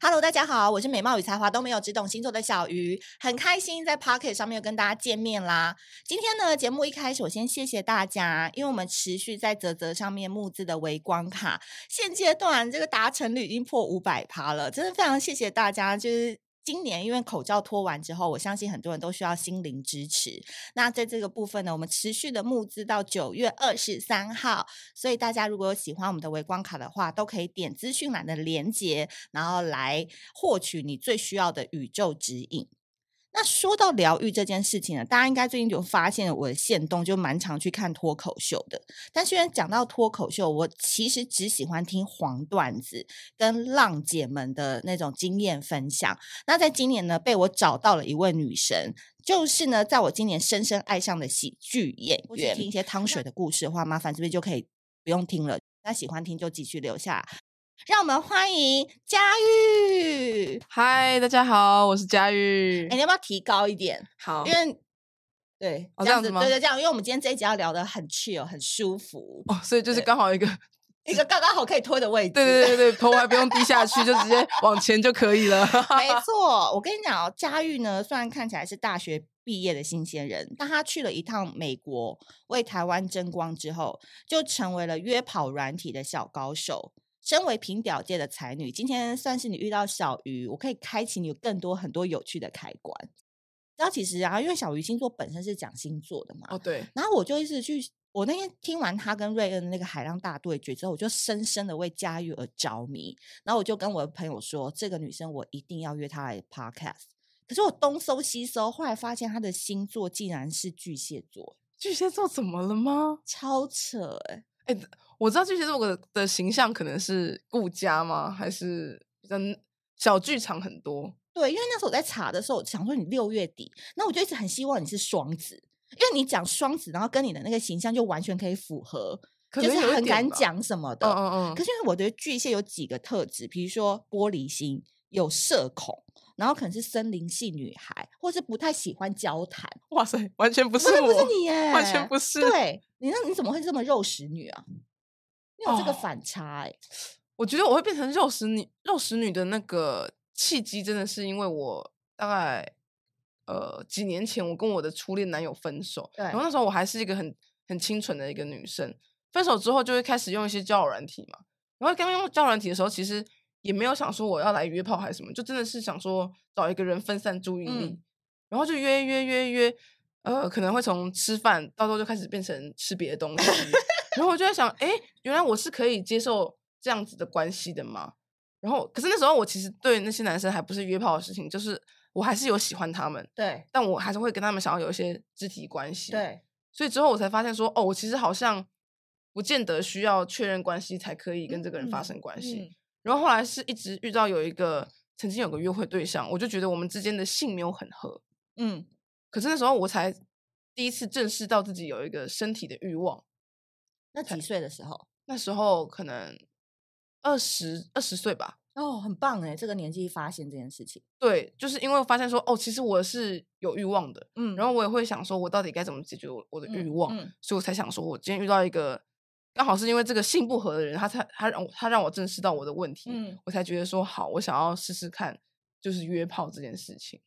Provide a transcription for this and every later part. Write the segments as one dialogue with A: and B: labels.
A: Hello，大家好，我是美貌与才华都没有，只懂星座的小鱼，很开心在 Pocket 上面又跟大家见面啦。今天呢，节目一开始，我先谢谢大家，因为我们持续在泽泽上面募资的微光卡，现阶段这个达成率已经破五百趴了，真的非常谢谢大家，就是。今年因为口罩脱完之后，我相信很多人都需要心灵支持。那在这个部分呢，我们持续的募资到九月二十三号，所以大家如果有喜欢我们的微光卡的话，都可以点资讯栏的连接，然后来获取你最需要的宇宙指引。那说到疗愈这件事情呢，大家应该最近有发现我的线动就蛮常去看脱口秀的。但虽然讲到脱口秀，我其实只喜欢听黄段子跟浪姐们的那种经验分享。那在今年呢，被我找到了一位女神，就是呢，在我今年深深爱上的喜剧演
B: 我去
A: 员。
B: 听
A: 听一些汤水的故事的话，麻烦这边就可以不用听了。那喜欢听就继续留下。让我们欢迎佳玉。
B: 嗨，大家好，我是佳玉
A: 哎、。你要不要提高一点？
B: 好
A: 因为对，这
B: 哦
A: 样
B: 这样
A: 子，
B: 子吗
A: 对对，这样，因为我们今天这一集要聊的很 chill，很舒服，
B: 哦，所以就是
A: 对
B: 刚好一个，
A: 一个刚刚好可以推的位置。
B: 对 对对对，头还不用低下去，就直接往前就可以了。
A: 没错，我跟你讲哦，佳玉呢，虽然看起来是大学毕业的新鲜人，但她去了一趟美国，为台湾争光之后，就成为了约跑软体的小高手。身为平屌界的才女，今天算是你遇到小鱼，我可以开启你有更多很多有趣的开关。然后其实啊，因为小鱼星座本身是讲星座的嘛，
B: 哦，对，
A: 然后我就一直去，我那天听完他跟瑞恩的那个海浪大对决之后，我就深深的为佳玉而着迷。然后我就跟我的朋友说，这个女生我一定要约她来 podcast。可是我东搜西搜，后来发现她的星座竟然是巨蟹座，
B: 巨蟹座怎么了吗？
A: 超扯哎、
B: 我知道巨蟹座的的形象可能是顾家吗？还是比较小剧场很多？
A: 对，因为那时候我在查的时候，我想说你六月底，那我就一直很希望你是双子，因为你讲双子，然后跟你的那个形象就完全可以符合，
B: 可
A: 就
B: 能
A: 是
B: 有一
A: 很
B: 点
A: 敢
B: 吧
A: 讲什么的。
B: 嗯嗯
A: 可
B: 嗯，
A: 是因为我觉得巨蟹有几个特质，比如说玻璃心、有社恐，然后可能是森林系女孩，或是不太喜欢交谈。
B: 哇塞，完全不
A: 不
B: 是
A: 是
B: 我，
A: 不是你耶，
B: 完全不是。
A: 对，你那你怎么会这么肉食女啊？你有这个
B: 哦
A: 反差哎、
B: 我觉得我会变成肉食女，肉食女的那个契机真的是因为我大概呃几年前我跟我的初恋男友分手，然后
A: 对
B: 那时候我还是一个很很清纯的一个女生，分手之后就会开始用一些交友软体嘛，然后刚用交友软体的时候，其实也没有想说我要来约炮还是什么，就真的是想说找一个人分散注意力，
A: 嗯
B: 然后就约约约约，呃，可能会从吃饭到时候就开始变成吃别的东西，然后我就在想，哎，原来我是可以接受这样子的关系的吗？然后，可是那时候我其实对那些男生还不是约炮的事情，就是我还是有喜欢他们，
A: 对
B: 但我还是会跟他们想要有一些肢体关系。，
A: 对，
B: 所以之后我才发现说，哦，我其实好像不见得需要确认关系才可以跟这个人发
A: 嗯
B: 生关系。然后后来是一直遇到有一个曾经有个约会对象，我就觉得我们之间的性没有很合。
A: 嗯
B: 可是那时候我才第一次正视到自己有一个身体的欲望。
A: 那几岁的时候？
B: 那时候可能二十二十岁吧，
A: 哦，很棒哎、这个年纪发现这件事情，
B: 对，就是因为我发现说，哦，其实我是有欲望的，
A: 嗯
B: 然后我也会想说，我到底该怎么解决我我的欲望，
A: 嗯
B: 所以我才想说，我今天遇到一个刚好是因为这个性不合的人，他才他让我他让我正视到我的问题，
A: 嗯
B: 我才觉得说，好，我想要试试看，就是约炮这件事情，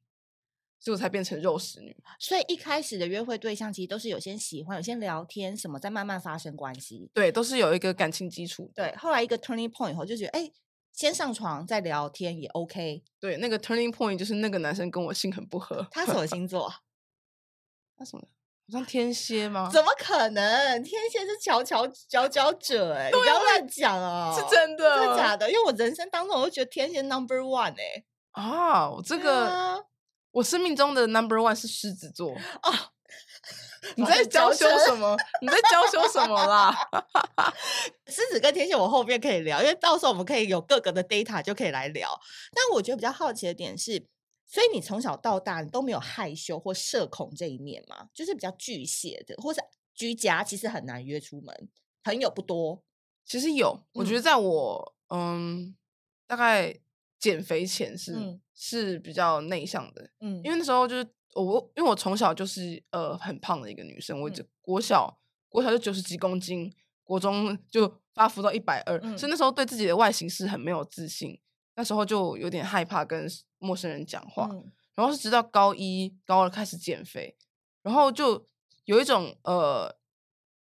B: 所以我才变成肉食女。
A: 所以一开始的约会对象其实都是有些喜欢，有些聊天什么，再慢慢发生关系。
B: 对，都是有一个感情基础的。
A: 对，后来一个 turning point 以后就觉得，哎，先上床再聊天也 OK。
B: 对，那个 turning point 就是那个男生跟我性很不合，
A: 他什么星 座啊？
B: 那什么，好像天蝎吗？
A: 怎么可能？天蝎是佼佼佼佼者哎、你不要乱讲哦，
B: 啊是真的？
A: 真的假的？因为我人生当中，我就觉得天蝎 number one 哎、
B: 啊？我这
A: 对
B: 个、
A: 啊
B: 我生命中的 number one 是狮子座。
A: 哦，
B: 你在
A: 教
B: 教修什么？你在教修什么啦？
A: 狮子跟天蝎，我后面可以聊，因为到时候我们可以有各个的 data 就可以来聊。但我觉得比较好奇的点是，所以你从小到大你都没有害羞或社恐这一面吗？就是比较巨蟹的，或是居家，其实很难约出门，朋友不多。
B: 其实有，我觉得在我嗯大概减肥前是、
A: 嗯
B: 是比较内向的，
A: 嗯
B: 因为那时候就是我，因为我从小就是呃很胖的一个女生，
A: 嗯
B: 我就国小国小就九十几公
A: 嗯
B: 斤，国中就发福到一百二，所以那时候对自己的外形是很没有自信。那时候就有点害怕跟陌生人讲话。
A: 嗯
B: 然后是直到高一、高二开始减肥，然后就有一种呃，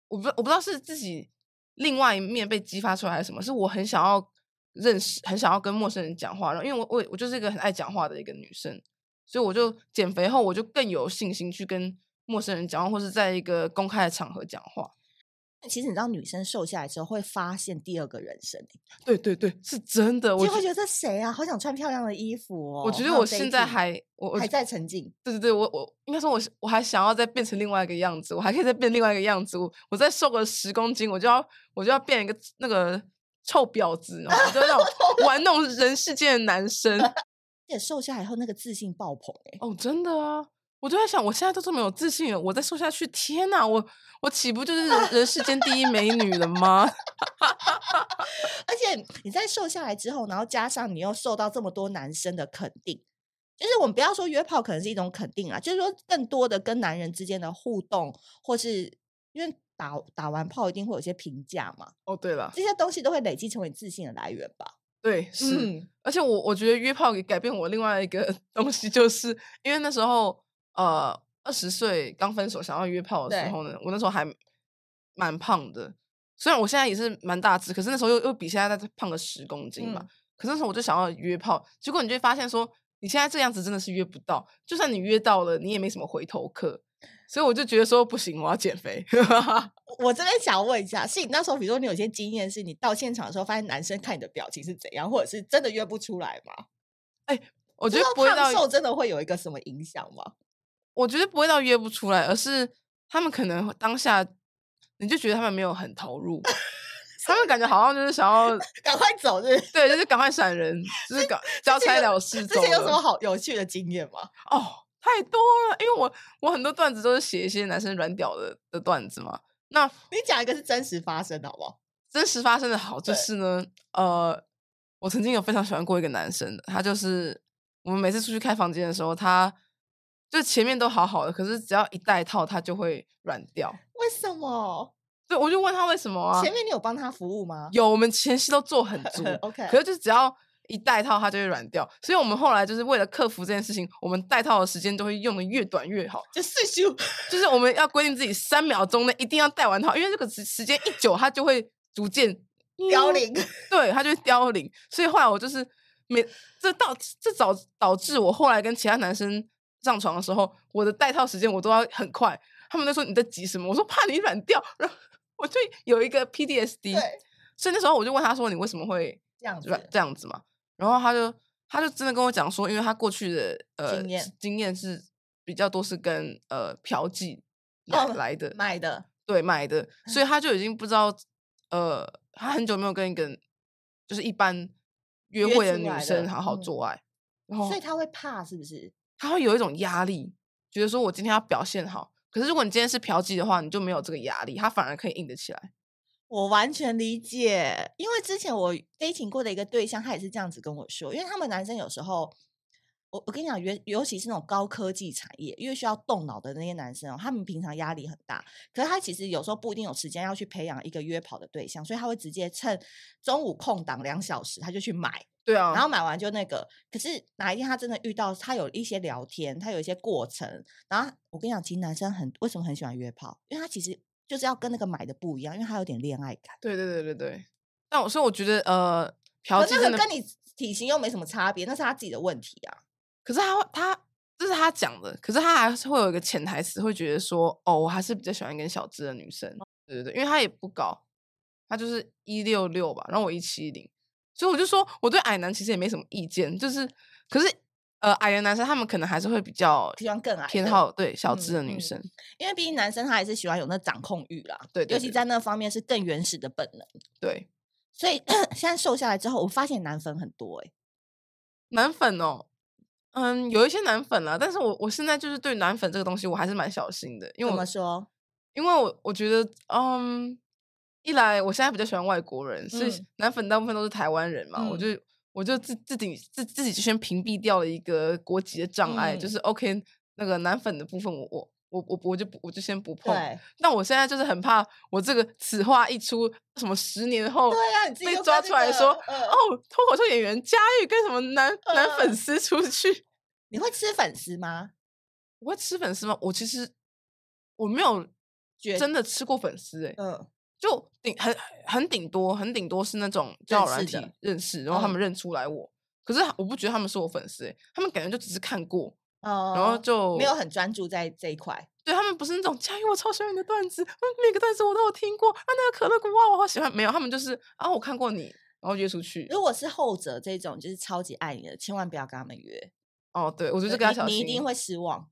B: 我不我不知道是自己另外一面被激发出来还是什么，是我很想要认识，很想要跟陌生人讲话。然后因为我我我就是一个很爱讲话的一个女生，所以我就减肥后我就更有信心去跟陌生人讲话，或是在一个公开的场合讲话。
A: 其实你知道，女生瘦下来之后会发现第二个人生欸，
B: 对对对，是真的。我
A: 就会觉
B: 觉
A: 得这谁啊，好想穿漂亮的衣服哦。
B: 我觉得
A: 好
B: 我
A: 想
B: 现在
A: dating
B: 还我我
A: 还在沉浸，
B: 对对对，我我应该说我是，我还想要再变成另外一个样子，我还可以再变另外一个样子，我我再瘦个十公斤，我就要我就要变一个那个臭婊子，然后我就 那种玩弄人世间的男 生。
A: 而且瘦下来以后那个自信爆棚哎、
B: 哦，真的啊，我就在想，我现在都这么有自信了，我再瘦下去，天哪，我我岂不就是人人世间第一美女了吗？
A: 而且你在瘦下来之后，然后加上你又受到这么多男生的肯定，就是我们不要说约炮可能是一种肯定啊，就是说更多的跟男人之间的互动，或是因为打打完炮一定会有一些评价嘛，
B: 哦，对了，
A: 这些东西都会累积成为自信的来源吧。
B: 对，是。
A: 嗯
B: 而且我我觉得约炮也改变我另外一个 东西，就是因为那时候呃二十岁刚分手想要约炮的时
A: 对
B: 候呢，我那时候还蛮胖的，虽然我现在也是蛮大只，可是那时候又又比现在再胖个十公斤吧。
A: 嗯
B: 可是那时候我就想要约炮，结果你就会发现说你现在这样子真的是约不到，就算你约到了，你也没什么回头客。所以我就觉得说不行，我要减肥。
A: 我这边想问一下，是你那时候，比如说你有些经验，是你到现场的时候发现男生看你的表情是怎样，或者是真的约不出来吗？
B: 我
A: 我
B: 觉得不会到
A: 胖瘦真的会有一个什么影响吗？
B: 我觉得不会到约不出来，而是他们可能当下你就觉得他们没有很投入，他们感觉好像就是想要
A: 赶快走是不是
B: 对，就是赶快闪人，就是赶交差了事
A: 之
B: 走
A: 前有什么
B: 了。
A: 好有趣的经验吗？
B: 哦，太多了，因为我我很多段子都是写一些男生软屌的的段子嘛。那
A: 你讲一个是真实发生的好不好？
B: 真实发生的好就
A: 对
B: 是呢，呃，我曾经有非常喜欢过一个男生的，他就是我们每次出去开房间的时候，他就前面都好好的，可是只要一戴套，他就会软掉。
A: 为什么？
B: 对，我就问他为什么啊？
A: 前面你有帮他服务吗？
B: 有，我们前戏都做很足，
A: OK
B: 可是就是只要一戴套，它就会软掉。所以我们后来就是为了克服这件事情，我们戴套的时间都会用的越短越好，
A: 就四 修，
B: 就是我们要规定自己三秒钟内一定要戴完套，因为这个时时间一久，它就会逐渐嗯
A: 凋零，
B: 对，它就会凋零。所以后来我就是每这导这导导致我后来跟其他男生上床的时候，我的戴套时间我都要很快。他们都说你在急什么？我说怕你软掉，然后我就有一个 PDSD，
A: 对，
B: 所以那时候我就问他说：“你为什么会
A: 这样子
B: 软这样子嘛？”然后他就他就真的跟我讲说，因为他过去的呃
A: 经验
B: 经验是比较多是跟呃嫖妓来、
A: 哦
B: 来的，
A: 买嗯的，
B: 对买的，所以他就已经不知道呃，他很久没有跟一个就是一般约
A: 约
B: 会的
A: 出
B: 女
A: 来
B: 生
A: 了
B: 好好
A: 嗯
B: 做爱，然后
A: 所以他会怕是不是？
B: 他会有一种压力，觉得说我今天要表现好。可是如果你今天是嫖妓的话，你就没有这个压力，他反而可以硬得起来。
A: 我完全理解，因为之前我 dating 过的一个对象，他也是这样子跟我说，因为他们男生有时候，我我跟你讲，尤尤其是那种高科技产业，因为需要动脑的那些男生哦，他们平常压力很大，可是他其实有时候不一定有时间要去培养一个约跑的对象，所以他会直接趁中午空档两小时，他就去买，
B: 对啊，
A: 然后买完就那个。可是哪一天他真的遇到，他有一些聊天，他有一些过程，然后我跟你讲，其实男生很为什么很喜欢约炮，因为他其实。就是要跟那个买的不一样，因为他有点恋爱感。
B: 对对对对对。但我所以我觉得呃，嫖
A: 可
B: 妓
A: 那
B: 真
A: 个
B: 的，
A: 跟你体型又没什么差别，那是他自己的问题啊。
B: 可是他会他这是他讲的，可是他还是会有一个潜台词，会觉得说哦，我还是比较喜欢跟小资的女
A: 哦
B: 生。对对对，因为他也不高，他就是一六六吧，然后我一七零，所以我就说我对矮男其实也没什么意见，就是可是呃矮的男生他们可能还是会比较
A: 喜欢更矮
B: 偏
A: 的
B: 好对小
A: 嗯
B: 资的女
A: 嗯
B: 生。
A: 因为毕竟男生他还是喜欢有那掌控欲啦，
B: 对对
A: 尤其
B: 对
A: 在那方面是更原始的本能。
B: 对，
A: 所以 现在瘦下来之后，我发现男粉很多哎、
B: 男粉哦，嗯，有一些男粉啦，但是我我现在就是对男粉这个东西我还是蛮小心的，因为
A: 怎
B: 我
A: 么说？
B: 因为我我觉得，嗯，一来我现在比较喜欢外国人，所以
A: 嗯
B: 男粉大部分都是台湾人嘛，我
A: 嗯
B: 就我就自自己自自己就先屏蔽掉了一个国籍的障碍，就
A: 嗯
B: 是 OK 那个男粉的部分我，我我我我就不我就先不碰。
A: 对
B: 但我现在就是很怕，我这个此话一出，什么十年后
A: 对啊，你自己
B: 被
A: 就
B: 抓
A: 跟
B: 出来
A: 那个
B: 说，
A: 呃
B: 哦，脱口秀演员佳玉跟什么男、男粉
A: 呃
B: 丝出去，
A: 你会吃粉丝吗？
B: 我会吃粉丝吗？我其实我没有
A: 觉
B: 真的吃过粉丝、欸，
A: 嗯，
B: 就顶很很顶多很顶多是那种交友
A: 认
B: 软
A: 识的
B: 体认识，然后他
A: 嗯
B: 们认出来我，可是我不觉得他们是我粉丝、欸，他们感觉就只是看过，
A: 哦，
B: 然后就
A: 没有很专注在这一块。
B: 对他们不是那种佳玉，我超喜欢你的段子，嗯每个段子我都有听过啊，那个可乐谷哇，我好喜欢。没有，他们就是啊，我看过你，然后约出去。
A: 如果是后者这种，就是超级爱你的，千万不要跟他们约，
B: 哦，对，我就
A: 对
B: 是跟他
A: 你
B: 小
A: 你
B: 心。
A: 一定会失望。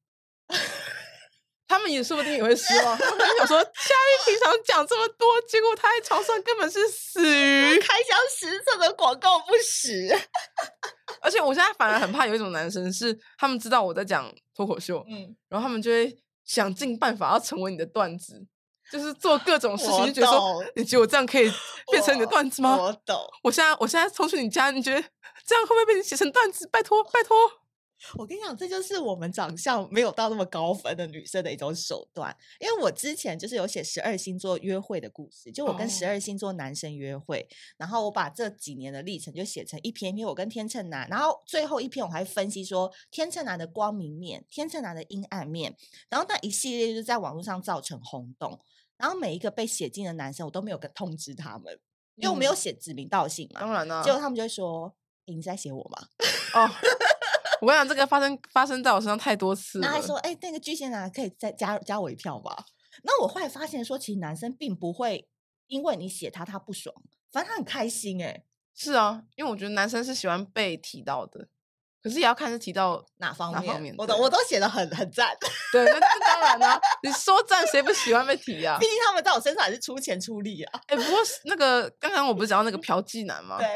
B: 他们也说不定也会失望。他们想 说，佳玉平常讲这么多，结果他在床上根本是死 鱼。
A: 开箱实测的广告不实，
B: 而且我现在反而很怕有一种男生是，他们知道我在讲脱口秀，
A: 嗯，
B: 然后他们就会想尽办法要成为你的段子，就是做各种事
A: 我
B: 情，就觉得说
A: 懂，
B: 你觉得我这样可以变成你的
A: 我
B: 段子吗？
A: 我懂。
B: 我现在我现在冲去你家，你觉得这样会不会被你写成段子？拜托拜 托！
A: 我跟你讲，这就是我们长相没有到那么高分的女生的一种手段。因为我之前就是有写十二星座约会的故事，就我跟十
B: 哦
A: 二星座男生约会，然后我把这几年的历程就写成一篇，一篇我跟天秤男，然后最后一篇我还分析说天秤男的光明面、天秤男的阴暗面，然后那一系列就在网络上造成轰动。然后每一个被写进的男生，我都没有跟通知他们，因为我没有
B: 嗯
A: 写指名道姓嘛。
B: 当然啦、
A: 结果他们就会说：“你在写我吗？”
B: 哦，我跟你讲，这个发生发生在我身上太多次了。
A: 那还说，哎、那个巨蟹男可以再加加我一票吧？那我后来发现说，其实男生并不会因为你写他他不爽，反正他很开心哎、
B: 是啊，因为我觉得男生是喜欢被提到的，可是也要看是提到
A: 哪方
B: 哪
A: 面？
B: 方面
A: 我都
B: 对啊
A: 我都写的很很赞，
B: 对，那这当然啦、你说赞谁不喜欢被提啊
A: 毕？竟他们在我身上也是出钱出力啊。
B: 哎、不过是那个刚刚我不是讲到那个嫖妓男吗？
A: 对，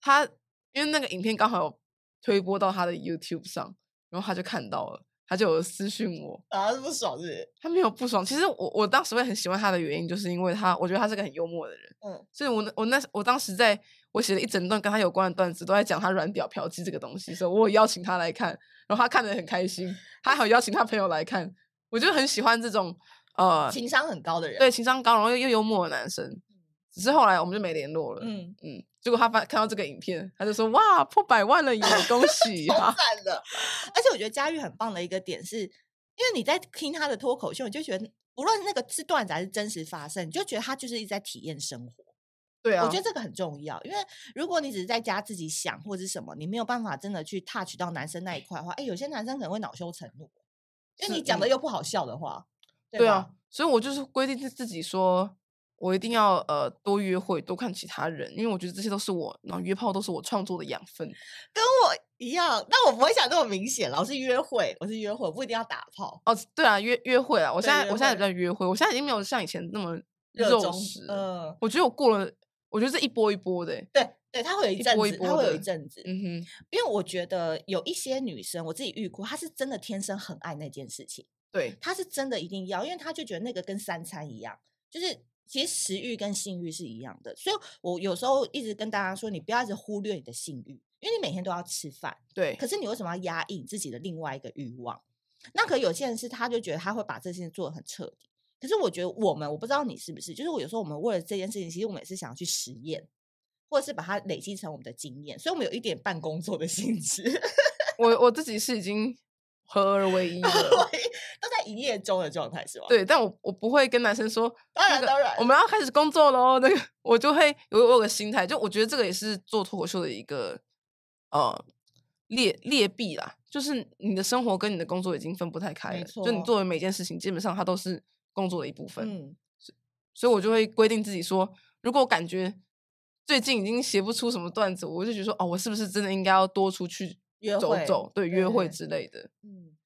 B: 他因为那个影片刚好有推播到他的 YouTube 上，然后他就看到了，他就有私讯我，
A: 然后是不爽是不是？
B: 他没有不爽。其实我我当时会很喜欢他的原因，就是因为他，我觉得他是个很幽默的人。
A: 嗯，
B: 所以我那我那我当时在我写了一整段跟他有关的段子，都在讲他软屌嫖妓这个东西，所以我有邀请他来看，然后他看得很开心，他还有邀请他朋友来看，我就很喜欢这种呃，
A: 情商很高的人，
B: 对，情商高，然后又又幽默的男生。只是后来我们就没联络了。嗯
A: 嗯，
B: 结果他发看到这个影片，他就说：“哇，破百万了耶，恭 喜
A: 超
B: 啊
A: 赞的。而且我觉得佳玉很棒的一个点是，因为你在听他的脱口秀，你就觉得无论那个是段子还是真实发生，你就觉得他就是一直在体验生活。！”
B: 对啊，
A: 我觉得这个很重要，因为如果你只是在家自己想或者是什么，你没有办法真的去 touch 到男生那一块的话，哎，有些男生可能会恼羞成怒，因为
B: 是
A: 你讲的
B: 嗯
A: 又不好笑的话，对
B: 对
A: 吧
B: 啊，，所以我就是规定自己说，我一定要呃多约会，多看其他人，因为我觉得这些都是我，然后约炮都是我创作的养分。
A: 跟我一样，但我不会想这么明显啦，我是约会，我是约会，我不一定要打炮，
B: 哦，对啊，约约会啊，我
A: 对
B: 现在
A: 约
B: 我现在
A: 会
B: 比较约会，我现在已经没有像以前那么
A: 热
B: 肉
A: 衷
B: 食了。
A: 嗯。
B: 我觉得我过了，我觉得这一波一波的欸、
A: 对对，他会有一
B: 一
A: 阵
B: 波
A: 子，
B: 一
A: 他
B: 波
A: 会有一
B: 的
A: 阵子，
B: 嗯哼，
A: 因为我觉得有一些女生，我自己遇过，她是真的天生很爱那件事情。
B: 对，
A: 他是真的一定要，因为他就觉得那个跟三餐一样，就是其实食欲跟性欲是一样的。所以我有时候一直跟大家说，你不要一直忽略你的性欲，因为你每天都要吃饭，
B: 对
A: 可，是你为什么要压抑你自己的另外一个欲望？那可有些人是，他就觉得他会把这件事做得很彻底。可是我觉得我们，我不知道你是不是，就是我有时候我们为了这件事情，其实我们也是想要去实验，或者是把它累积成我们的经验，所以我们有一点半工作的性质。
B: 我我自己是已经合而 为一了。
A: 都在一夜中的状态是吗？，
B: 对，但我我不会跟男生说，
A: 当然
B: 那个
A: 当然
B: 我们要开始工作喽。那个我就会有我有个心态，就我觉得这个也是做脱口秀的一个呃劣劣币啦，就是你的生活跟你的工作已经分不太开
A: 没
B: 了，就你
A: 错
B: 做的每件事情基本上它都是工作的一部分，
A: 嗯，
B: 所以我就会规定自己说，如果我感觉最近已经写不出什么段子，我就觉得说，哦，我是不是真的应该要多出去
A: 约
B: 走
A: 会
B: 走，
A: 对
B: 对，约会
A: 对
B: 之类的。
A: 嗯，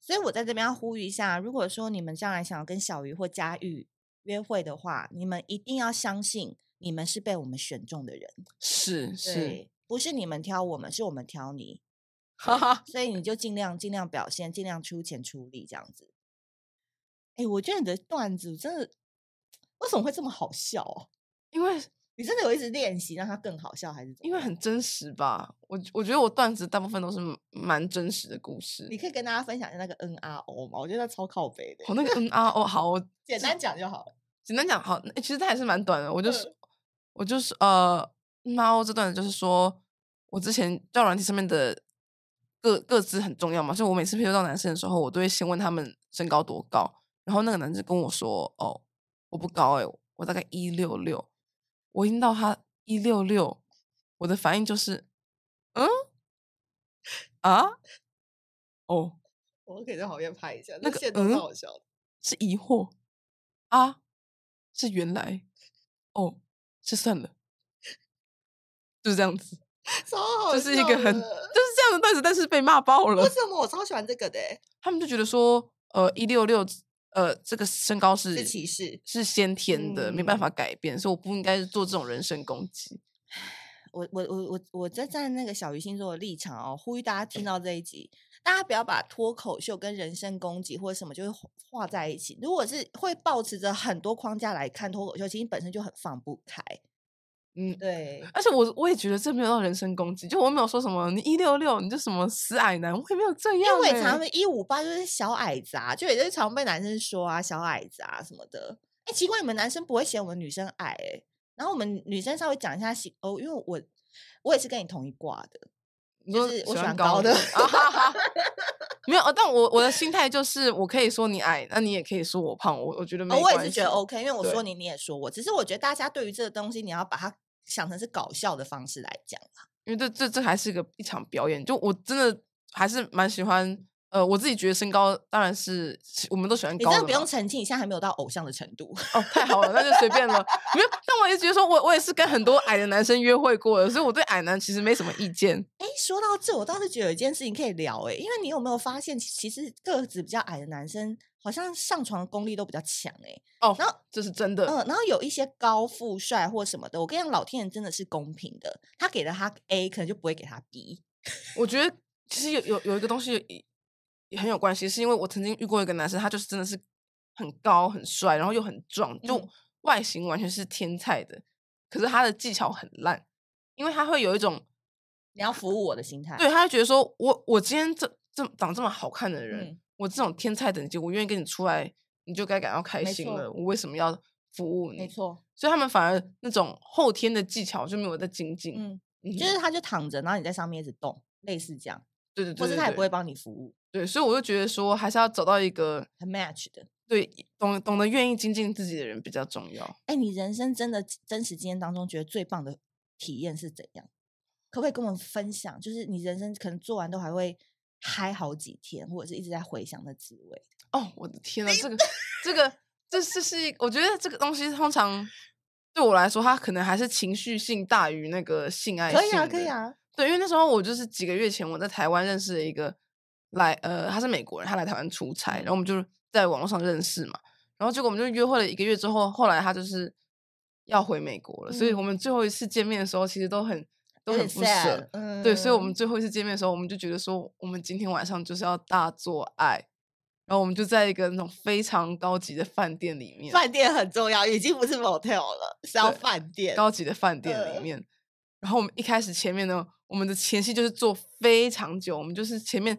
A: 所以我在这边要呼吁一下，如果说你们将来想要跟小鱼或佳玉约会的话，你们一定要相信你们是被我们选中的人，
B: 是是，
A: 对，不是你们挑我们，是我们挑你，
B: 哈哈，
A: 所以你就尽量尽量表现，尽量出钱出力这样子。哎，我觉得你的段子真的为什么会这么好笑、啊？
B: 因为
A: 你真的有一直练习让它更好笑，还是怎么
B: 因为
A: 样
B: 很真实吧。我我觉得我段子大部分都是蛮真实的故事。
A: 你可以跟大家分享一下那个 N R O 嘛？我觉得那超靠北的
B: 好，，那个 N R O 好，我
A: 简单讲就好了。
B: 简单讲好，诶其实它还是蛮短的。我就是、我就是呃，猫这段就是说我之前交友软体上面的个个资很重要嘛，所以我每次配对到男生的时候，我都会先问他们身高多高，然后那个男生跟我说：“哦，我不高诶、我大概一六六。”我一听到他一六六，我的反应就是：“嗯，啊，哦，
A: 我可以在旁边拍一下，
B: 那
A: 这
B: 个
A: 线都超
B: 嗯
A: 好笑的。
B: 是疑惑啊，是原来哦，是算了，就是这样子，
A: 超好
B: 这
A: 笑的，
B: 是一个很就是 这样的段子，但是被骂爆了
A: 为。什么我超喜欢这个的欸、
B: 他们就觉得说，呃，一六六，呃，这个身高是
A: 是歧视。
B: 是先天的，没办
A: 嗯
B: 法改变，所以我不应该做这种人身攻击。
A: 我我我我我在站那个小鱼星座的立场哦，呼吁大家听到这一集，大家不要把脱口秀跟人身攻击或者什么就是画画在一起。如果是会保持着很多框架来看脱口秀，其实本身就很放不开。
B: 嗯
A: 对，
B: 而且我我也觉得这没有到人身攻击，就我没有说什么你一六六你就什么死矮男，我也没有这样、欸。
A: 因为我也常被一五八就是小矮子啊，就也是常被男生说啊小矮子啊什么的。哎、奇怪，你们男生不会嫌我们女生矮哎、然后我们女生稍微讲一下喜哦，因为我我也是跟你同一挂的，
B: 你
A: 就
B: 说
A: 是我
B: 喜
A: 喜
B: 欢
A: 欢高 的
B: 啊哈哈 没有，呃但我我的心态就是，我可以说你矮，那你也可以说我胖，我我觉得没
A: 哦，
B: 关
A: 我
B: 系。
A: 也是觉得 OK，因为我
B: 对
A: 说你，你也说我，只是我觉得大家对于这个东西，你要把它想成是搞笑的方式来讲啦。
B: 因为这这这还是一个一场表演，就我真的还是蛮喜欢。呃，我自己觉得身高当然是我们都喜欢
A: 你
B: 高啊
A: 真
B: 的
A: 的
B: 嘛，
A: 不用澄清，你现在还没有到偶像的程度。
B: 哦，太好了，那就随便了。没有，但我也觉得说我，我也是跟很多矮的男生约会过的，所以我对矮男其实没什么意见。
A: 哎，说到这，我倒是觉得有一件事情可以聊哎、因为你有没有发现，其实个子比较矮的男生好像上床的功力都比较强哎、
B: 哦，
A: 然后
B: 这是真的。
A: 嗯、然后有一些高富帅或什么的，我跟你讲，老天爷真的是公平的，他给了他 A，可能就不会给他 B。
B: 我觉得其实有有有一个东西也也很有关系，是因为我曾经遇过一个男生，他就是真的是很高很帅，然后又很壮，就
A: 嗯
B: 外形完全是天菜的，可是他的技巧很烂，因为他会有一种
A: 你要服务我的心态，
B: 对，他会觉得说我我今天这这长这么好看的人，
A: 嗯
B: 我这种天菜等级，我愿意跟你出来，你就该感到开
A: 没
B: 心
A: 错
B: 了，我为什么要服务
A: 没
B: 你？
A: 错，
B: 所以他们反而那种后天的技巧就没有在精进，
A: 嗯，
B: 嗯
A: 就是他就躺着，然后你在上面一直动，类似这样，
B: 对对对，
A: 或是
B: 对
A: 他也
B: 对
A: 不会帮你服务。
B: 对，所以我就觉得说还是要找到一个
A: 很 match 的。
B: 对，懂懂得愿意精进自己的人比较重要。
A: 哎、你人生真的真实经验当中，觉得最棒的体验是怎样？可不可以跟我们分享？就是你人生可能做完都还会嗨好几天，或者是一直在回想的滋味。
B: 哦，我的天呐，这 个这个这这是一我觉得这个东西通常对我来说，它可能还是情绪性大于那个性爱性。
A: 可以啊，可以。啊，
B: 对，因为那时候我就是几个月前我在台湾认识了一个来呃，他是美国人，他来台湾出差，然后我们就在网络上认识嘛，然后结果我们就约会了一个月之后，后来他就是要回美国了，所以我们最后一次见面的时候，其实都很都
A: 有
B: 嗯很
A: 点
B: 不舍
A: sad。。嗯，
B: 对，所以我们最后一次见面的时候，我们就觉得说，我们今天晚上就是要大做爱，然后我们就在一个那种非常高级的饭店里面，
A: 饭店很重要，已经不是 motel 了，是要
B: 对
A: 饭店。
B: 高级的饭店
A: 呃
B: 里面。然后我们一开始前面呢，我们的前戏就是做非常久，我们就是前面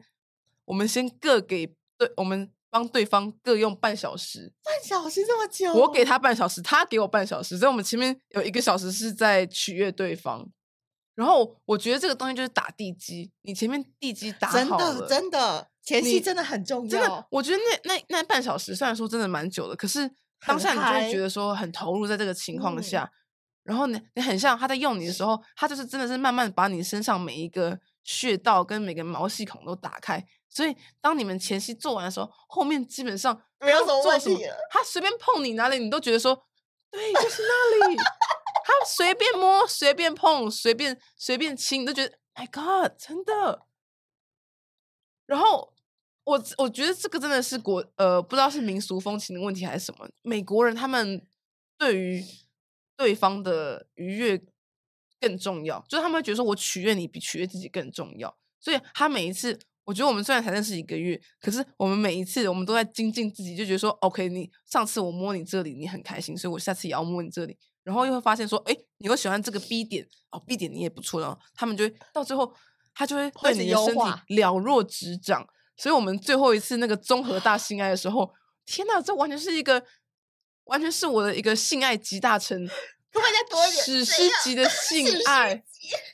B: 我们先各给对，我们帮对方各用半小时，
A: 半小时这么久，
B: 我给他半小时，他给我半小时，所以我们前面有一个小时是在取悦对方。然后我觉得这个东西就是打地基，你前面地基打好
A: 真
B: 了
A: 的真的前戏
B: 你
A: 真的很重要，
B: 真的，我觉得那那那半小时虽然说真的蛮久的，可是当
A: 很
B: 下你就
A: 嗨
B: 会觉得说很投入在这个情况
A: 嗯
B: 下，然后你你很像他在用你的时候，他就是真的是慢慢把你身上每一个穴道跟每个毛细孔都打开，所以当你们前期做完的时候，后面基本上
A: 没有什
B: 他
A: 么
B: 做
A: 问题了
B: 他随便碰你哪里，你都觉得说对，就是那里，他随便摸、随便碰、随便随便亲，你都觉得 My God，真的。然后我我觉得这个真的是国呃，不知道是民俗风情的问题还是什么，美国人他们对于对方的愉悦更重要，就是他们会觉得说我取悦你比取悦自己更重要，所以他每一次我觉得我们虽然才认识一个月，可是我们每一次我们都在精进自己，就觉得说，OK，你上次我摸你这里，你很开心，所以我下次也要摸你这里。然后又会发现说，哎，你又喜欢这个 B 点哦，B 点你也不错。然后他们就会到最后，他就会
A: 开
B: 对
A: 始
B: 你的
A: 优
B: 身
A: 化
B: 体了若指掌。所以我们最后一次那个综合大性爱的时候，天呐，这完全是一个，完全是我的一个性爱集大成，
A: 可不可以再多一点？怎
B: 史诗
A: 样
B: 级的性
A: 史诗
B: 爱，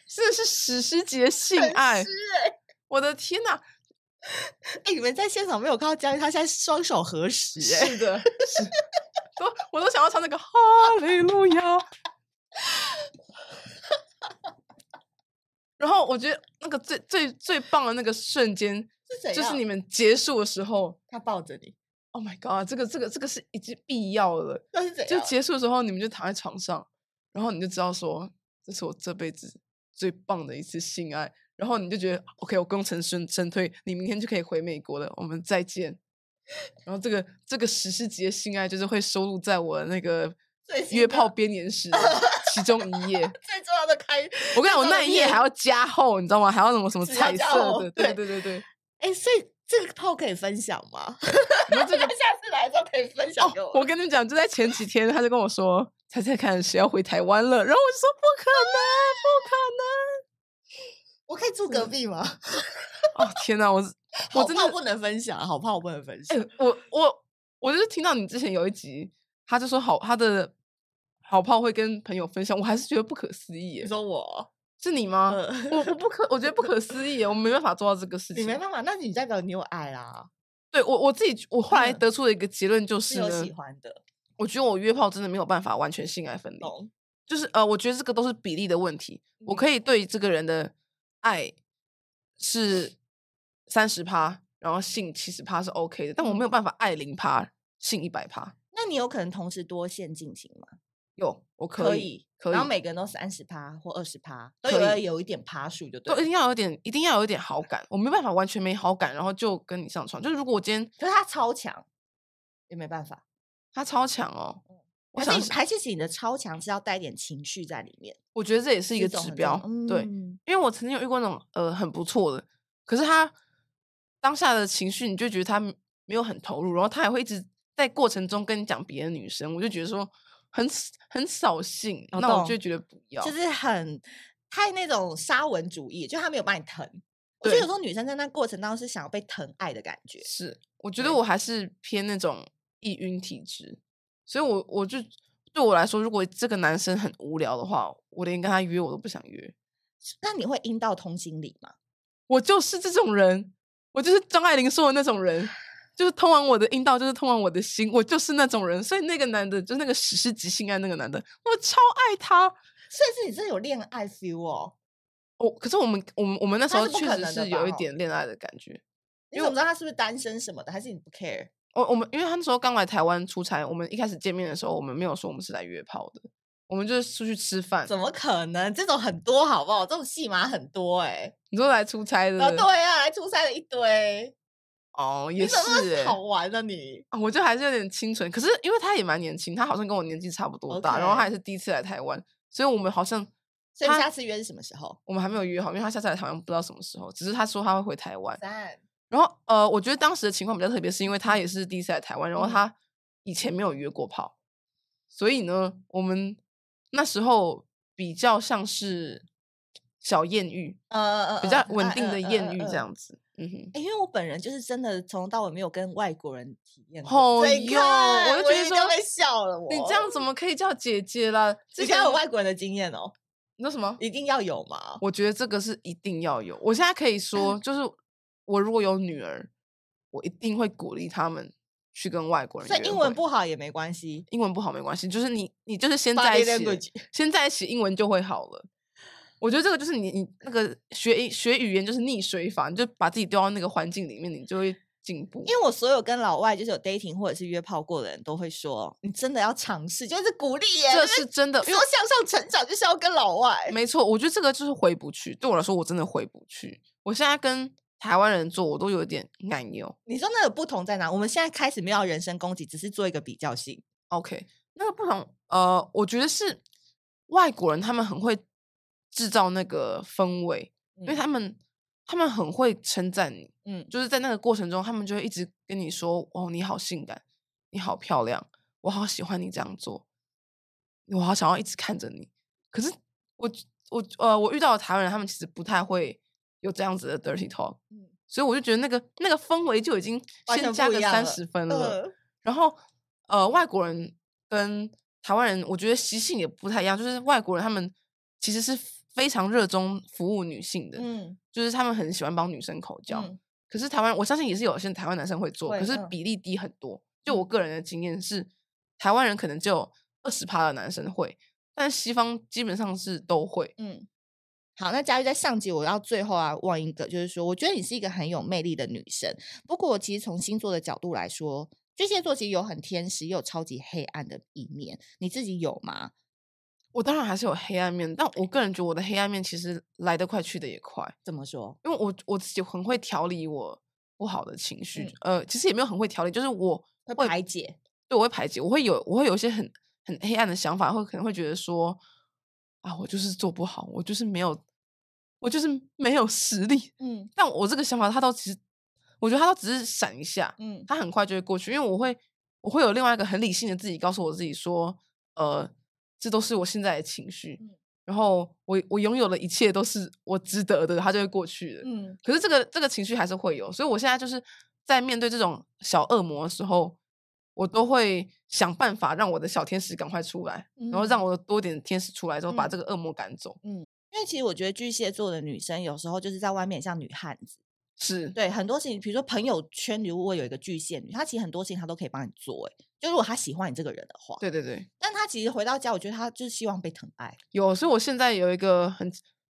B: 真的是史诗级的性
A: 很
B: 爱
A: 湿。欸
B: 我的天呐，
A: 哎、你们在现场没有看到佳玉，她现在双手合十、欸，
B: 是的，是， 都我都想要唱那个哈利路亚。然后我觉得那个最最最棒的那个瞬间，
A: 是怎样？
B: 就是你们结束的时候
A: 她抱着你，
B: ，Oh my God，这个这个这个是已经必要了。
A: 那是怎
B: 就
A: 样？
B: 结束的时候，你们就躺在床上，然后你就知道说，这是我这辈子最棒的一次性爱。然后你就觉得 OK，我功成身身退，你明天就可以回美国了，我们再见。然后这个这个史诗级的性爱，就是会收录在我那个
A: 最新
B: 约
A: 的
B: 炮编 年史的其中一页。
A: 最重要的开，
B: 我跟
A: 最
B: 你讲，
A: 重要
B: 我那
A: 的
B: 一页还
A: 面
B: 要加厚，你知道吗？还要什么什么
A: 只要
B: 彩
A: 加
B: 色
A: 厚
B: 的，对
A: 对
B: 对对对。
A: 哎、所以这个炮可以分享吗？
B: 然后这个 哦
A: 下次来的时候可以分享给我。
B: 我跟你们讲，就在前几天，他就跟我说，猜猜看谁要回台湾了。然后我就说不可能，
A: 我可以住隔壁吗？
B: 不可能。哦天哪，我是
A: 好
B: 嗯我真
A: 怕
B: 的，
A: 不能分享，好怕我不能分
B: 哎、
A: 享。
B: 我我我就是听到你之前有一集，他就说好他的好炮会跟朋友分享，我还是觉得不可思议
A: 你
B: 耶。
A: 说我，
B: 是你吗？
A: 嗯
B: 我我不可，我觉得不可思议耶，我没办法做到这个 事
A: 你没
B: 情。
A: 办法，那你代表你有爱啦，
B: 对我我自己，我后来
A: 嗯
B: 得出的一个结论就是是
A: 有
B: 呢
A: 喜，欢的，
B: 我觉得我约炮真的没有办法完全性爱分离。
A: 懂？嗯
B: 就是呃，我觉得这个都是比例的问题。我可以对这个人的爱是三十趴，然后性七十趴是 OK 的，但我没有
A: 嗯
B: 办法爱零趴，性一百趴。
A: 那你有可能同时多线进行吗？
B: 有，我
A: 可
B: 可
A: 以，
B: 可以，
A: 然后每个人都三十趴或二十趴，都
B: 可
A: 有
B: 以
A: 有一点趴数就对
B: 都一
A: 了。
B: 定要有点，一定要有点好感。我没办法完全没好感，然后就跟你上床。就是如果我今天
A: 可是他超强，也没办法。
B: 他超强哦，我
A: 还是
B: 想
A: 你
B: 是
A: 还是其实你的超强是要带一点情绪在里面，
B: 我觉得这也是一
A: 这
B: 个
A: 种很
B: 指
A: 重
B: 标
A: 要，
B: 对。
A: 嗯
B: 因为我曾经有遇过那种呃很不错的，可是他当下的情绪，你就觉得他没没有很投入，然后他也会一直在过程中跟你讲别的女生，我就觉得说很很扫兴，
A: 我
B: 那我
A: 懂
B: 就觉得不要，
A: 就是很太那种沙文主义，就他没有把你疼。我觉得
B: 对
A: 有时候女生在那过程当中是想要被疼爱的感觉，
B: 是我觉得
A: 对
B: 我还是偏那种易晕体质，所以我我就对我来说，如果这个男生很无聊的话，我连跟他约我都不想约，
A: 那你会阴道通心理吗？
B: 我就是这种人，我就是张爱玲说的那种人，就是通往我的阴道，就是通往我的心，我就是那种人。所以那个男的，就是那个史诗级性爱那个男的，我超爱他。
A: 所以是你真的有恋爱 feel 哦？
B: 我、可是我们我们我们那时
A: 那
B: 候
A: 是不
B: 确
A: 可
B: 实
A: 能的
B: 是
A: 吧
B: 有一
A: 吼
B: 点恋爱的感觉。
A: 你怎
B: 因
A: 么
B: 为
A: 知道他是不是单身什么的？还是你不 care？
B: 我我们因为他那时候刚来台湾出差，我们一开始见面的时候，我们没有说我们是来约炮的，我们就是出去吃饭。
A: 怎么可能？这种很多好不好？这种戏码很多哎、
B: 你说来出差
A: 欸。啊，
B: 的？
A: 对啊，来出差的一堆，
B: 哦，也
A: 你
B: 是
A: 怎么那
B: 哎、
A: 么好玩啊你？
B: 啊我就还是有点清纯，可是因为他也蛮年轻，他好像跟我年纪差不多大然后他也是第一次来台湾，所以我们好像
A: 所以你
B: 他
A: 下次约是什么时候？
B: 我们还没有约好，因为他下次来好像不知道什么时候，只是他说他会回台湾。
A: 三
B: 然后呃，我觉得当时的情况比较特别，是因为他也是第一次来台湾，然后
A: 嗯
B: 他以前没有约过炮，所以呢，我们那时候比较像是小艳遇，
A: 呃呃，
B: 比
A: 呃
B: 较稳
A: 啊
B: 定的
A: 呃呃
B: 艳遇
A: 呃
B: 这
A: 呃
B: 样子。嗯哼。
A: 欸因为我本人就是真的从头到尾没有跟外国人体验过，
B: 好
A: 所以
B: 哟，
A: 看
B: 哦我就觉得
A: 一定
B: 说
A: 要被笑了我。
B: 你这样，怎么可以叫姐姐啦？之
A: 之
B: 前
A: 前有外国人的经验哦，
B: 你说什么？
A: 一定要有嘛。
B: 我觉得这个是一定要有。我现在可以说，
A: 嗯
B: 就是我如果有女儿，我一定会鼓励他们去跟外国人。
A: 所以英文，不好也没关系，
B: 英文不好没关系，就是你你就是先
A: Body
B: 在一起
A: language
B: 了，先在一起，英文就会好了。我觉得这个就是你你那个学英学语言就是逆水法，你就把自己丢到那个环境里面，你就会进步。
A: 因为我所有跟老外就是有 dating 或者是约炮过的人都会说，你真的要尝试，就是鼓励耶。
B: 这
A: 就是
B: 真的，因
A: 说
B: 为
A: 向上成长就是要跟老外，
B: 没错，我觉得这个就是回不去。对我来说，我真的回不去。我现在跟台湾人做，我都有点奶牛。
A: 你说那个不同在哪？我们现在开始没有人身攻击，只是做一个比较性。
B: OK，那个不同，呃，我觉得是外国人他们很会制造那个氛围，因为
A: 嗯
B: 他们他们很会称赞你，
A: 嗯，
B: 就是在那个过程中，他们就会一直跟你说：“哦，你好性感，你好漂亮，我好喜欢你这样做，我好想要一直看着你。”可是我我呃，我遇到的台湾人，他们其实不太会有这样子的 dirty talk，、
A: 嗯
B: 所以我就觉得那个那个氛围就已经
A: 完全
B: 先
A: 不
B: 加
A: 一
B: 个
A: 样
B: 三
A: 了
B: 十分了。
A: 呃
B: 然后呃，外国人跟台湾人，我觉得习性也不太一样，就是外国人他们其实是非常热衷服务女性的，
A: 嗯，
B: 就是他们很喜欢帮女生口交。
A: 嗯
B: 可是台湾，我相信也是有些台湾男生会做，
A: 会
B: 可是
A: 嗯
B: 比例低很多。就我个人的经验是，台湾人可能只有二十趴的男生会，但西方基本上是都会。
A: 嗯，好，那佳玉在上集我要最后啊问一个，就是说，我觉得你是一个很有魅力的女生。不过，其实从星座的角度来说，巨蟹座其实有很天使，也有超级黑暗的一面。你自己有吗？
B: 我当然还是有黑暗面，但我个人觉得我的黑暗面其实来得快，去得也快。
A: 怎么说？
B: 因为我我自己很会调理我不好的情绪，呃，其实也没有很会调理，就是我
A: 嗯会
B: 会
A: 排解？
B: 对我会排解，我会有我会有一些很很黑暗的想法，会可能会觉得说啊，我就是做不好，我就是没有，我就是没有实力。
A: 嗯
B: 但我这个想法，它都其实我觉得它都只是闪一下，
A: 嗯
B: 它很快就会过去，因为我会我会有另外一个很理性的自己告诉我自己说，呃，这都是我现在的情绪
A: 嗯，
B: 然后我我拥有的一切都是我值得的，它就会过去的。
A: 嗯
B: 可是这个这个情绪还是会有，所以我现在就是在面对这种小恶魔的时候，我都会想办法让我的小天使赶快出来，然后让我的多点天使出来之后，把
A: 嗯
B: 这个恶魔赶走。
A: 因为其实我觉得巨蟹座的女生有时候就是在外面像女汉子，
B: 是，
A: 对很多事情，比如说朋友圈里如果有一个巨蟹女，她其实很多事情她都可以帮你做、欸，就如果她喜欢你这个人的话，
B: 对对对，
A: 但她其实回到家，我觉得她就是希望被疼爱，
B: 有。所以我现在有一个很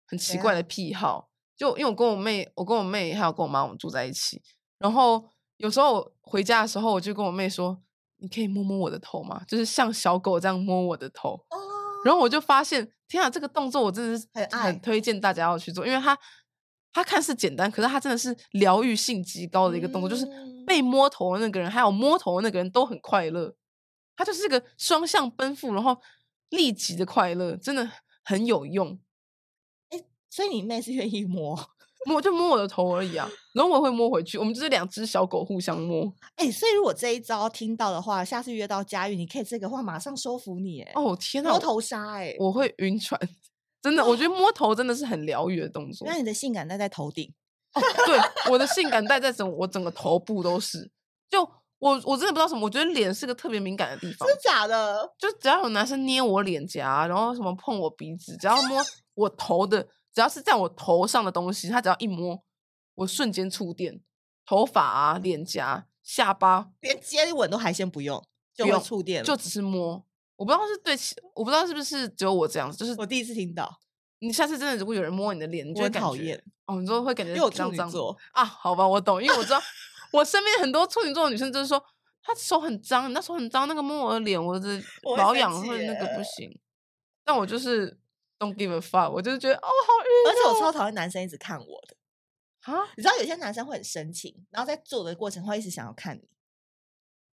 B: 很奇
A: 怎
B: 怪
A: 样
B: 的癖好，就因为我跟我妹，我跟我妹还有跟我妈，我们住在一起。然后有时候回家的时候，我就跟我妹说：“你可以摸摸我的头吗？”就是像小狗这样摸我的头。
A: 哦，
B: 然后我就发现，天啊，这个动作我真的是
A: 很爱
B: 很推荐大家要去做，因为它它看似简单，可是它真的是疗愈性极高的一个动作，就是
A: 嗯
B: 被摸头的那个人，还有摸头的那个人都很快乐，它就是个双向奔赴，然后立即的快乐，真的很有用。
A: 所以你妹是愿意摸，
B: 摸就摸我的头而已啊，然后我也会摸回去，我们就是两只小狗互相摸。
A: 哎、所以如果这一招听到的话，下次约到佳玉，你可以这个话马上收服你、欸，哎，
B: 哦天呐，
A: 摸
B: 我
A: 头杀、欸，哎，
B: 我会晕船， 真的，我觉得摸头真的是很疗愈的动作。
A: 让你的性感戴在头顶，
B: 哦， 对，我的性感带在整我整个头部都是。就我我真的不知道什么，我觉得脸是个特别敏感的 地方
A: 真，的假的？
B: 就只要有男生捏我脸颊，然后什么碰我鼻子，只要摸我头的，只要是在我头上的东西，他只要一摸，我瞬间触电，头发啊、脸颊、下巴，
A: 连接吻都还先不用，就
B: 不
A: 会
B: 用
A: 触电了，
B: 就只是摸。我不知道是对其，我不知道是不是只有我这样子，就是
A: 我第一次听到，
B: 你下次真的如果有人摸你的脸，你
A: 我
B: 就会
A: 很
B: 感
A: 讨
B: 觉
A: 厌，
B: 哦，你就会感觉
A: 因为我处
B: 脏
A: 女
B: 脏的
A: 座，
B: 啊，好吧，我懂，因为我知道我身边很多处女座的女生就是说，她手很脏，你那手很脏，那个摸我的脸，我的
A: 我会
B: 保
A: 生
B: 养
A: 气
B: 会那个
A: 耶
B: 不行。但我就是 don't give a fuck，我就是觉得哦，
A: 而且 我超讨厌男生一直看我的。
B: 好晕啊，
A: 你知道有些男生会很深情，然后在做的过程会一直想要看你，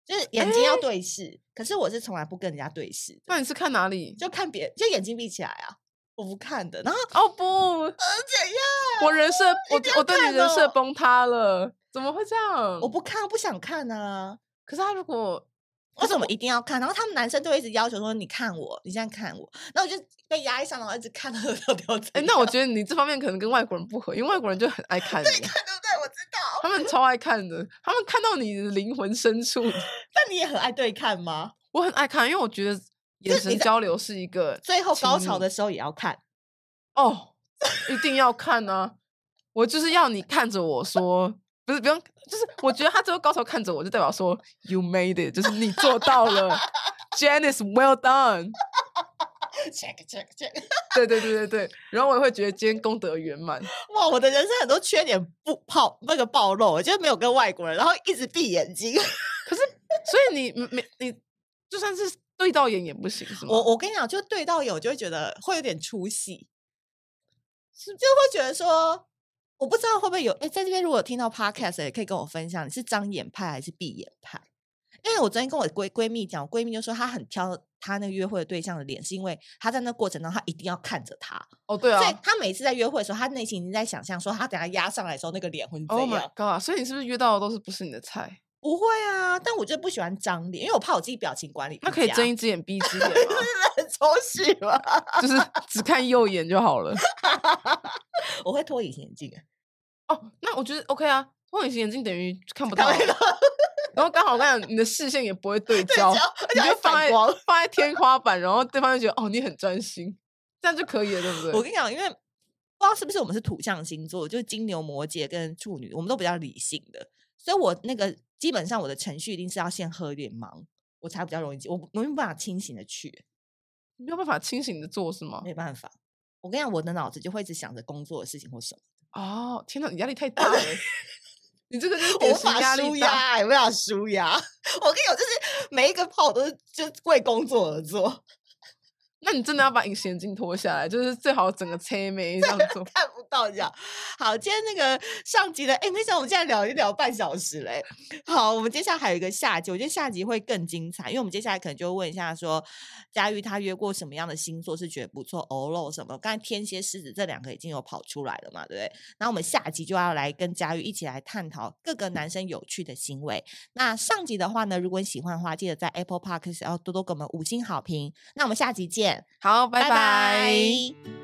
A: 就是眼睛要对视。可是我是从来不跟人家对视的，
B: 那你是看哪里？
A: 就看别就眼睛闭起来啊，我不看的。然后
B: 哦不，
A: 怎样？
B: 我人设，
A: 一定
B: 我
A: 要
B: 我对
A: 看
B: 你人设
A: 哦
B: 崩塌了，怎么会这样
A: 我？不看，不想看啊。
B: 可是他如果
A: 为什么一定要看？然后他们男生都会一直要求说：“你看我，你现在看我。”那我就被压抑上，然后一直看到到底要怎
B: 哎、
A: 样。
B: 那我觉得你这方面可能跟外国人不合，因为外国人就很爱看你，
A: 看对不对？我知道。
B: 他们超爱看的，他们看到你的灵魂深处的。
A: 但你也很爱对看吗？
B: 我很爱看，因为我觉得眼
A: 是你
B: 神
A: 在
B: 交流是一个
A: 最后高
B: 亲
A: 潮
B: 密
A: 的时候也要 看。
B: 哦，一定要看啊！我就是要你看着我说，不是不用，就是我觉得他最后高潮看着我，就代表说 you made it，就是你做到了，Janice well done。
A: check check check。
B: 对对对对对，然后我也会觉得今天功德圆满。
A: 哇，我的人生很多缺点不泡那个暴露，就是没有跟外国人，然后一直闭眼睛。
B: 所以你没你就算是对到眼也不行，是吗？
A: 我我跟你讲，就对到有就会觉得会有点出戏，就会觉得说，我不知道会不会有哎，在这边如果有听到 podcast 的也可以跟我分享，你是张眼派还是闭眼派？因为我昨天跟我闺闺蜜讲，我闺蜜就说她很挑他那个约会的对象的脸，是因为他在那过程中他一定要看着他，
B: 哦，对
A: 所以
B: 啊
A: 他每次在约会的时候，他内心已经在想象说他等下压上来的时候那个脸会是怎
B: ，Oh
A: 样。
B: my god！所以你是不是约到的都是不是你的菜？
A: 不会啊，但我就不喜欢张脸，因为我怕我自己表情管理
B: 那
A: 不
B: 可以
A: 佳
B: 睁一只眼闭一只眼吗？
A: 很抽蓄 吗？
B: 就是只看右眼就好了。
A: 我会脱隐形眼镜，
B: 哦，那我觉得 OK 啊，望隐形眼镜等于看不
A: 干
B: 到
A: 嘛
B: 啊，然后刚好我跟你讲，你的视线也不会 对焦，
A: 焦而且
B: 你
A: 还
B: 就放
A: 反
B: 在
A: 光
B: 放在 天花板，然后对方就觉得哦你很专心，这样就可以了，对不
A: 我
B: 对？
A: 跟你讲，因为不知道是不是我们是土象星座，就是金牛、摩羯跟处女，我们都比较理性的，所以我那个基本上我的程序一定是要先喝一点忙，我才比较容易记，我我没有办法清醒的去，
B: 你没有办法清醒的做是吗？
A: 没办法。我跟你讲，我的脑子就会一直想着工作的事情或什么，
B: 哦，天哪，你 压力太大了，你这个就是
A: 我
B: 典
A: 无
B: 型
A: 法
B: 压
A: 舒
B: 力大。
A: 压，也无法舒压。 我跟你讲，就是每一个炮都是就是为工作而做，
B: 那你真的要把隐形眼镜脱下来，就是最好整个
A: 。
B: 切眉这样做
A: 看不到这样。好，今天那个上集的，哎、没想到我们现在聊一聊半小时嘞。好，我们接下来还有一个下集，我觉得下集会更精彩，因为我们接下来可能就会问一下说，佳玉她约过什么样的星座是觉得不错，欧肉什么？刚才天蝎、狮子这两个已经有跑出来了嘛，对不对？那我们下集就要来跟佳玉一起来探讨各个男生有趣的行为。那上集的话呢，如果你喜欢的话，记得在 Apple Park 要多多给我们五星好评。那我们下集见，
B: 好，拜拜
A: 拜